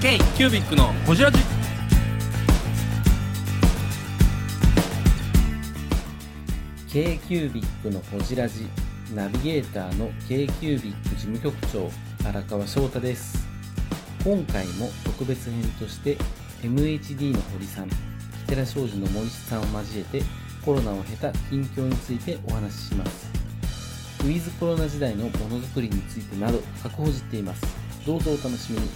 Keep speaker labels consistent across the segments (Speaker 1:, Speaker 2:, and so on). Speaker 1: K キュービックのホジラジ
Speaker 2: ー k q u b i c のほじラジナビゲーターの k q u b i c 事務局長荒川翔太です今回も特別編として MHD の堀さん寺商事の森下さんを交えてコロナを経た近況についてお話ししますウィズコロナ時代のものづくりについてなど確保じっていますどうぞお楽しみに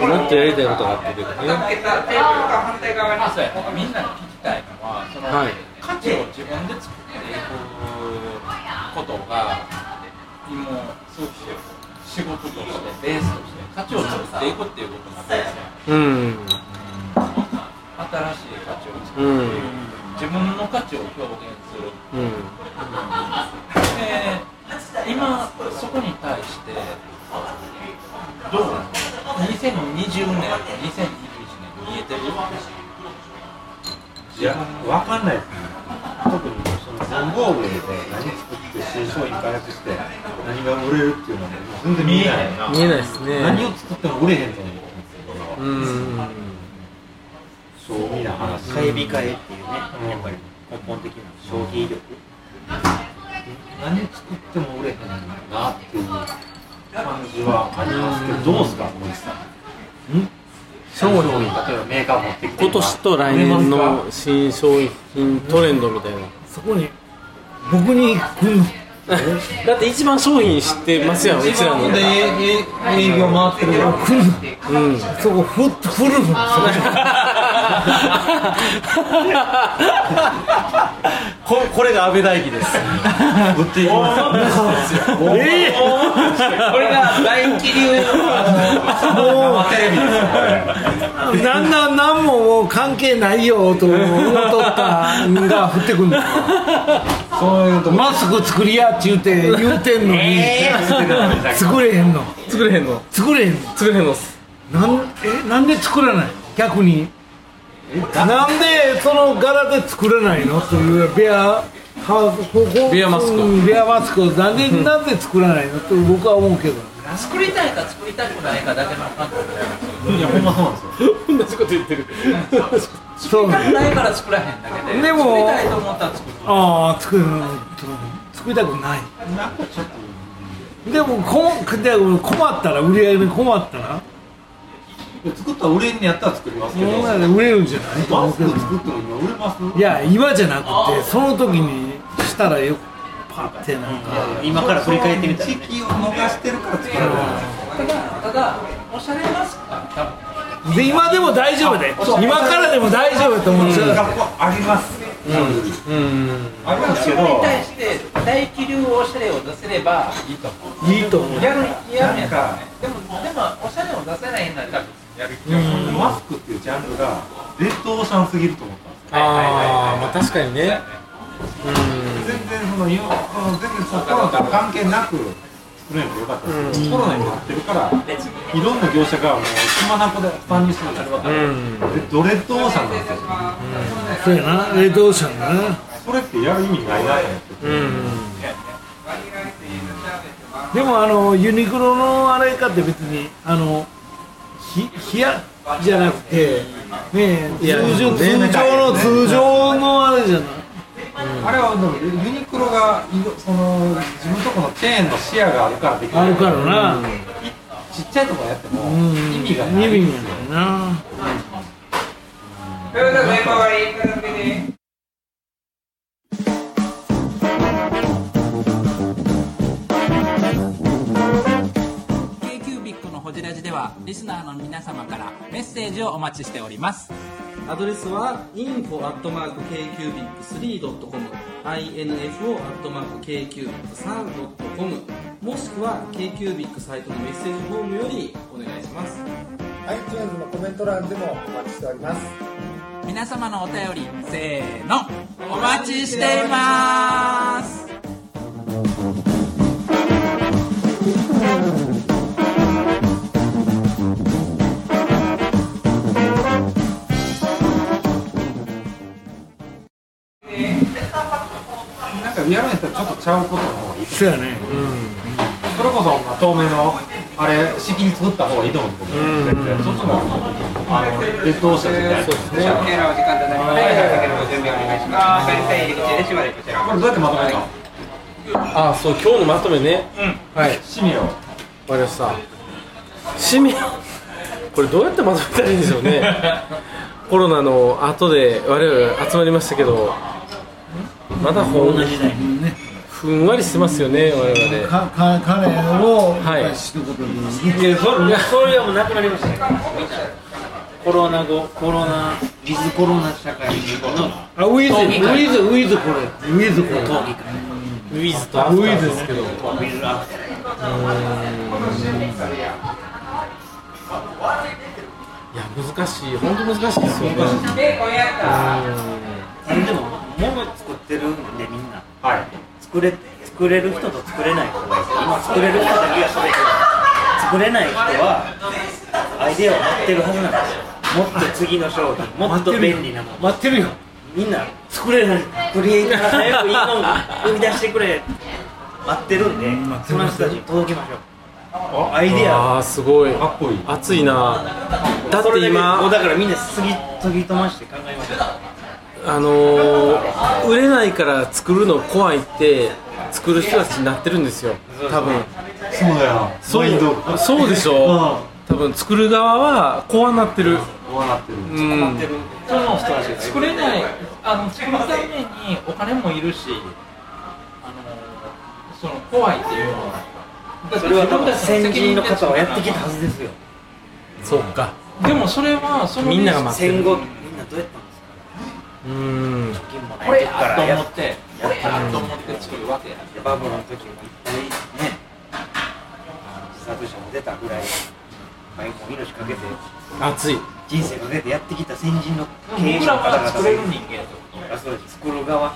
Speaker 2: もっとやりたいことがあって
Speaker 3: 受けたテーブルが反対側に
Speaker 1: あそうやみんなに聞きたいのはその、
Speaker 2: はい
Speaker 1: 価値を自分で作っていくことが今すごく仕事としてベースとして価値を作っていくっていうことなんですよ
Speaker 2: うん
Speaker 1: 新しい価値を作る、
Speaker 2: うん
Speaker 1: 自分の価値を表現する
Speaker 2: うん
Speaker 1: で今そこに対してどう2020年2021年見えてる
Speaker 4: いや、わかんないですね。特にその文房具で何作って新商品開発して何が売れるっていうのはもう全然見えないな。
Speaker 2: 見えないですね
Speaker 4: 何を作っても売れへんと思う
Speaker 2: う
Speaker 4: ん
Speaker 2: ん
Speaker 4: ですよ。正味な話。
Speaker 5: 買い控えっていうね、やっぱり
Speaker 4: う
Speaker 5: 根本的な消費力、
Speaker 4: ん何作っても売れへんなっていう感じはありますけど、どうですか、森さん。
Speaker 6: 商
Speaker 4: 商
Speaker 6: 品
Speaker 4: 品例えばメーカー持ってきて
Speaker 6: 今年と来年の新商品トレンドみたいな
Speaker 5: そこに僕にうん
Speaker 6: だって一番商品知ってますやんうちらの
Speaker 4: で営営業回ってる
Speaker 6: う
Speaker 4: よ
Speaker 6: ん
Speaker 5: そこふっと振るの
Speaker 4: ここれが安倍大輝です売っていきますえ
Speaker 3: これが大気流
Speaker 4: もうテレビですよこれ
Speaker 5: だんだん何ももう関係ないよと思っとったんが降ってくるの
Speaker 4: そういうとこ
Speaker 5: マスク作りやって言うて言うてんのに、作れへんの
Speaker 6: 作れへんの
Speaker 5: 作れへんの
Speaker 6: 作れへんのっす
Speaker 5: なんえなんで作らない逆になんでその柄で作らないのというベアハウスここ
Speaker 6: ベアマスク
Speaker 5: うんベアマスクなんでなんで作らないのと僕は思うけど
Speaker 3: 作りたいか作りたくないかだけの感覚
Speaker 4: いやほんまそうなんですよ
Speaker 6: 同じこと言ってる
Speaker 5: そう
Speaker 3: 作りたくないから作らへんだけで
Speaker 5: でも
Speaker 3: 作りたいと思ったら作る
Speaker 5: ああ作るうん作りたくない
Speaker 4: なんかちょっと
Speaker 5: でもこでも困ったら売り上げに困ったら
Speaker 4: 作ったら売れんのやったら作ります
Speaker 5: そ
Speaker 4: けど
Speaker 5: んなで売れるんじゃないと
Speaker 4: マ
Speaker 5: 思う
Speaker 4: ス
Speaker 5: け
Speaker 4: ク
Speaker 5: ど
Speaker 4: 作っても今売れます
Speaker 5: いや今じゃなくてその時にしたらよパッてなんか今から振り返ってみた
Speaker 4: 時期を逃してるから作られる
Speaker 3: ただただおしゃれマスクが多分
Speaker 5: で今でも大丈夫で今からでも大丈夫だと思うんですよ
Speaker 4: 学校ありますあります
Speaker 3: そ
Speaker 4: け
Speaker 3: れ
Speaker 4: ど
Speaker 3: に対して大気流おしゃれを出せればいいと思う
Speaker 5: いいと思う
Speaker 3: やるやるんやったらねでもでもおしゃれを出せないんだったらやる気がする
Speaker 4: マスクっていうジャンルがレッドオーシャンすぎると思ったんですよ
Speaker 6: ああまあ確かにね
Speaker 4: 全然その今その全然そうコロナとは関係なく作れなくてよかったんですけど、コロナになってるからいろんな業者がもうくまなくで参入してくるわけ
Speaker 6: う
Speaker 4: で、
Speaker 6: ん
Speaker 4: ドレッドオーシャンなんですよ
Speaker 5: そうやなレッドオーシャンだな
Speaker 4: それってやる意味ないなと思って
Speaker 6: う
Speaker 4: て、
Speaker 6: ん
Speaker 5: でもあのユニクロのあれかって別にあのひひやじゃなくてねえ
Speaker 6: いや
Speaker 5: 通常
Speaker 6: でもね
Speaker 5: 通常の通常のあれじゃない
Speaker 4: あれはでもユニクロがいろその自分とこのチェーンの視野があるからできる
Speaker 5: あるからな
Speaker 4: ちっちゃいとこやっても
Speaker 5: うん
Speaker 4: 意味がない、
Speaker 5: 意味がないな
Speaker 3: k q b i c のホジラジではリスナーの皆様からメッセージをお待ちしております
Speaker 7: アドレスは info.kcubic3.com info.kcubic3.com もしくは KQBIC サイトのメッセージフォームよりお願いします
Speaker 8: iTunes のコメント欄でもお待ちしております
Speaker 3: 皆様のお便りせーのお待ちしています
Speaker 4: なんかやるんやったらちょっとちゃうことの方がいい
Speaker 5: そうやね
Speaker 4: そそれこそまあ透明のあれ仕切り作った方がいいと思うんですけど、全然そっちもあの越冬者じゃないですね
Speaker 9: ケーラーお時間となりました。酒のご準備お願いします。先生入り口で閉までこちら。
Speaker 4: これどうやってまとめるの
Speaker 6: あそう今日のまとめねはい
Speaker 4: 締めを
Speaker 6: わかりました締めこれどうやってまとめたらいいんでしょうねコロナの後で我々集まりましたけどまだほんふんわりしてますよね我々
Speaker 5: かか彼を
Speaker 6: はい
Speaker 5: 知ることに
Speaker 10: いやそれそれはもうなくなりましたよコロナ後コロナウィズコロナ社会の
Speaker 5: あウィズウィズウィズこれウィズこれ
Speaker 10: 討議会
Speaker 6: ウィズとアフターですけど
Speaker 10: ウィズアフター
Speaker 6: いや難しい本当難しいですよね
Speaker 9: で、今夜か。
Speaker 10: あれでももの作ってるんでみんな
Speaker 4: はい
Speaker 10: 作れ作れる人と作れない人がいて今作れる人だけがそれ作れない人はアイデアを持ってるはずなんですよもっと次の商品もっと便利なもの
Speaker 5: 待ってるよ
Speaker 10: みんな作れないクリエイターが早くいいもん生み出してくれ待ってるんで、その人たちに届けましょうアイデア
Speaker 6: ああすごい
Speaker 4: かっこいい
Speaker 6: 熱いなだっ
Speaker 10: それ
Speaker 6: て
Speaker 10: だけもう
Speaker 6: 今
Speaker 10: だからみんなすぎ研ぎ飛まして考えましょう
Speaker 6: あのー売れないから作るの怖いって作る人たちになってるんですよ多分
Speaker 4: そうだよ
Speaker 6: そう
Speaker 4: マインド
Speaker 6: そうでしょ多分作る側は怖なってる
Speaker 4: こうなってる
Speaker 6: うん
Speaker 10: その人たちが
Speaker 1: 作れないあの作るためにお金もいるしあのその怖いっていうのは
Speaker 10: それは多分先人の方はやってきたはずですよ
Speaker 6: そうか
Speaker 1: でもそれはその
Speaker 6: みんなが待ってる
Speaker 10: 戦後みんなどうやったんですか
Speaker 6: うん
Speaker 10: 貯金もない
Speaker 1: これ
Speaker 10: 時か
Speaker 1: やと思
Speaker 10: らやっ
Speaker 1: ってこれやと思って作るわけや
Speaker 10: てバブルの時もいっぱいね自殺者も出たぐらい毎日命かけて
Speaker 6: 熱い
Speaker 10: 人生かけてやってきた先人の経営
Speaker 1: 僕ら
Speaker 10: 者の方々
Speaker 1: は
Speaker 10: が
Speaker 1: 作れる人間やと
Speaker 10: あそうです作る側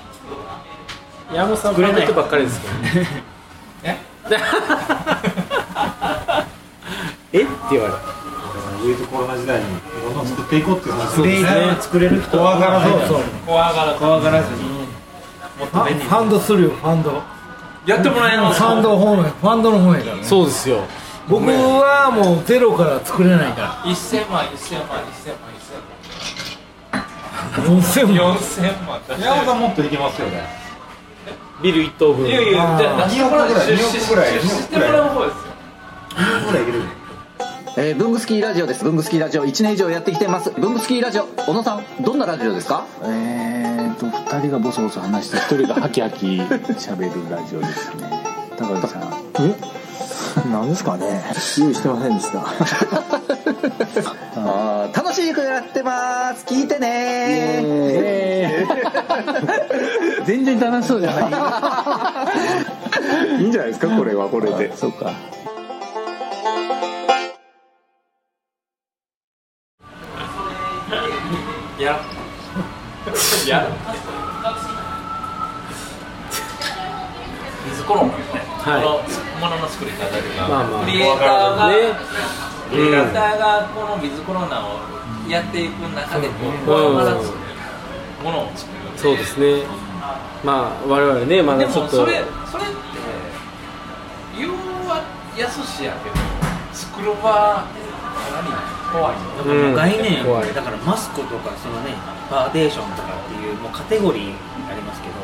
Speaker 6: 山本さん
Speaker 10: 作
Speaker 6: パ
Speaker 10: れない
Speaker 6: クってばっかりですけどね
Speaker 1: え
Speaker 6: えって言われた
Speaker 4: ウィズコロナ時代にどんどん作っていこうっていう話
Speaker 10: クリエイターは作れる人
Speaker 4: 怖がらず
Speaker 5: そうそう
Speaker 1: 怖がらず
Speaker 10: 怖がらずにもっ
Speaker 5: フ
Speaker 10: と便利に
Speaker 5: ァンドするよファンドフ
Speaker 10: やってもらえるの
Speaker 5: ァンド方面ファンドの方やから
Speaker 6: そうですよ
Speaker 5: 僕はもうゼロから作れないか
Speaker 1: 1000万1000万1000万
Speaker 5: ら
Speaker 1: 1000
Speaker 5: 4000
Speaker 1: 万
Speaker 5: も
Speaker 1: 4000万出して
Speaker 4: 宮本さんもっといけますよね
Speaker 6: ビル一棟分
Speaker 1: いやいやじゃあ出してもらう
Speaker 4: 2億ぐらい
Speaker 1: 出資し
Speaker 4: 2億ぐらい
Speaker 1: 出資してもらう方ですよ
Speaker 4: ぐらいいける
Speaker 11: えー、ブングスキーラジオです。ブングスキーラジオ1年以上やってきてます。ブングスキーラジオ、小野さん、どんなラジオですかえーと、2人がボソボソ話して、1人がハキハキ喋るラジオですね。高橋さん。えなんですかね用意してませんでした。あー楽しくやってます聞いてね全然楽しそうじゃないいいんじゃないですかこれはこれでそうか
Speaker 1: 水コロンもね、
Speaker 6: はい
Speaker 1: このものの作り方とか、
Speaker 6: まあまあ
Speaker 1: クリエイターが、
Speaker 6: ね
Speaker 1: クリエイターがこの水コロナをやっていく中でこう、
Speaker 6: うん
Speaker 1: まだつものを作る
Speaker 6: そうですねまあ我々ねま
Speaker 1: で
Speaker 6: だちょ
Speaker 1: も
Speaker 6: っと
Speaker 1: それそれって言うはやすしやけど作るはかなり怖いよ
Speaker 6: うん
Speaker 10: 概念を
Speaker 6: 怖い
Speaker 10: だからマスコとかそのねパーテーションとかっていうもうカテゴリーありますけど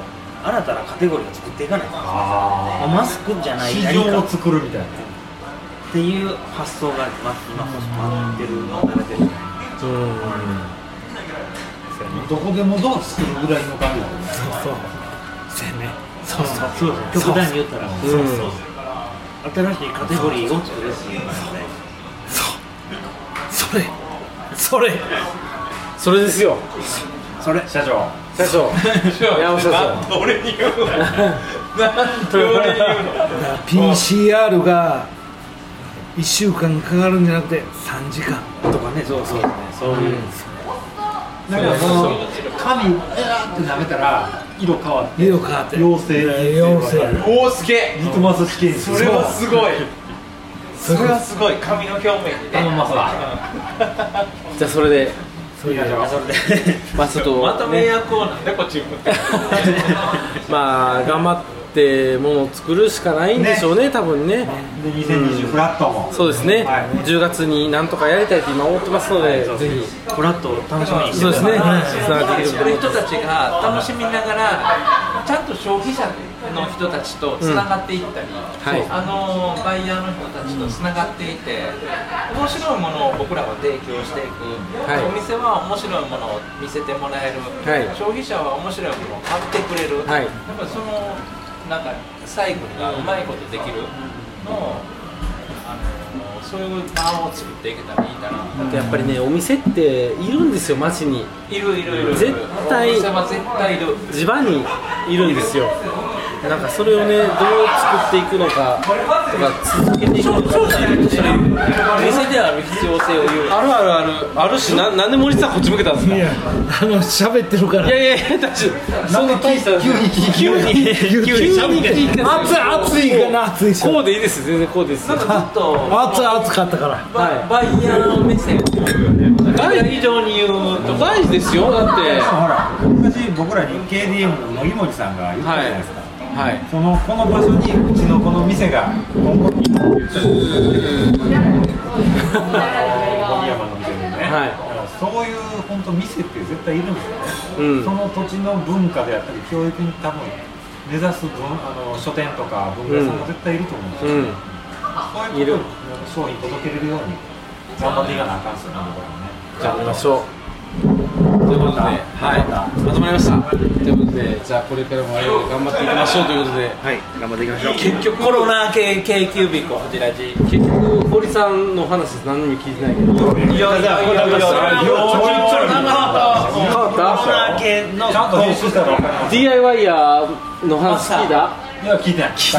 Speaker 10: 新たなカテゴリーを作っていかないと
Speaker 4: あ
Speaker 10: マスクじゃ
Speaker 4: あ
Speaker 10: ない
Speaker 4: 市
Speaker 10: 何
Speaker 4: 場
Speaker 10: か
Speaker 4: を
Speaker 10: っ
Speaker 4: 作るみたいな
Speaker 10: ていう発想がま今始まってるのが出てる
Speaker 4: どこでもどう作るぐらいの感じ
Speaker 10: そうそうそう極端に言ったらそうそう新しいカテゴリーを作るっていう感じで
Speaker 5: それそれ
Speaker 6: それですよ
Speaker 10: それ
Speaker 4: 社長
Speaker 6: 社長山本社長
Speaker 1: 俺に言うのなん
Speaker 6: で俺に言う
Speaker 5: PCR が1週間かかるんじゃなくて3時間
Speaker 10: とかねそうそうねそういう
Speaker 4: なんかその紙えらって舐めたら色変わって
Speaker 5: 家を変わって
Speaker 4: 妖精
Speaker 5: 妖精
Speaker 1: おおすげえ
Speaker 4: リトマス試験そ
Speaker 1: それはすごいそ
Speaker 5: それ
Speaker 1: れは
Speaker 5: が
Speaker 1: すごい髪の表面にね
Speaker 4: あのまさ
Speaker 6: じゃあそれで
Speaker 5: それが
Speaker 10: あそれで
Speaker 6: まあちょっと
Speaker 1: まとめ役をなんでこっち向って
Speaker 6: まあ頑張っってものを作るしかないんでしょうね多分ね
Speaker 4: で2020フラットも
Speaker 6: そうですね、10月になんとかやりたいって今思ってますので、ぜひ
Speaker 10: フラット楽しみにして
Speaker 6: そうです
Speaker 10: くださ
Speaker 6: ね
Speaker 10: い
Speaker 6: つながっていける
Speaker 1: 作る人たちが楽しみながらちゃんと消費者の人たちとつながっていったり、
Speaker 6: い
Speaker 1: あのバイヤーの人たちとつながっていて面白いものを僕らは提供していく、
Speaker 6: はい
Speaker 1: お店は面白いものを見せてもらえる、
Speaker 6: はい
Speaker 1: 消費者は面白いものを買ってくれる、
Speaker 6: は
Speaker 1: やっ
Speaker 6: い
Speaker 1: ぱそのなんかサイクルがうまいことできるのを、あのそういう場を作っていけたらいいかな
Speaker 6: だってやっぱりねお店っているんですよ街に
Speaker 1: いるいるいる
Speaker 6: 絶対
Speaker 1: お店は絶対いる
Speaker 6: 地場にいるんですよなんかそれをねどう作っていくのかとか続けていくのかっていうね店である必要性を言うあるあるあるあるしななんで森さんこっち向けたんですかいや
Speaker 5: あの喋ってるから
Speaker 6: いやいや大丈夫そんな聞いた急に急に急に急に聞いた
Speaker 5: 暑い暑いかな暑いし
Speaker 6: こうでいいです全然こうですなんかずっと
Speaker 5: 暑い暑かったから
Speaker 6: ババイヤー目線大以上に言うと大事ですよだっ
Speaker 4: で
Speaker 6: て
Speaker 4: もほら昔僕らに KDM の乃木森さんが言ったじゃないです
Speaker 6: はい
Speaker 4: か、そのこの場所にうちのこの店が今後にって言ったじゃないですかゴミ山の店にね、だからそういう本当店って絶対いるんです
Speaker 6: う
Speaker 4: よね、
Speaker 6: ん
Speaker 4: その土地の文化であったり教育に多分根ざす文あの書店とか文化屋さんも絶対いると思うんですよ、
Speaker 6: うん
Speaker 4: そういうことを商品届けれるように頑張っていかなあかんっすよね僕らもね
Speaker 6: じゃあましょうということではいまとまりましたということでじゃあこれからも我々頑張っていきましょうということではい頑張っていきましょう結局コロナ系 k キュービックホジラジ結局堀さんの話何にも聞いてないけどいやいやいやいやいや
Speaker 4: ちゃんと編集したら分かります
Speaker 6: DIY やの話聞いた
Speaker 4: いや聞いてない
Speaker 3: 次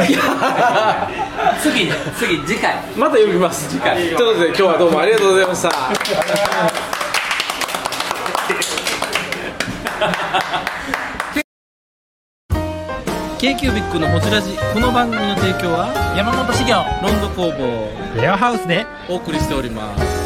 Speaker 3: 次次回
Speaker 6: また呼びます次回ということで今日はどうもありがとうございました
Speaker 3: 京急ビックのホジラジこの番組の提供は山本資源ロンド工房
Speaker 12: レアハウスで
Speaker 3: お送りしております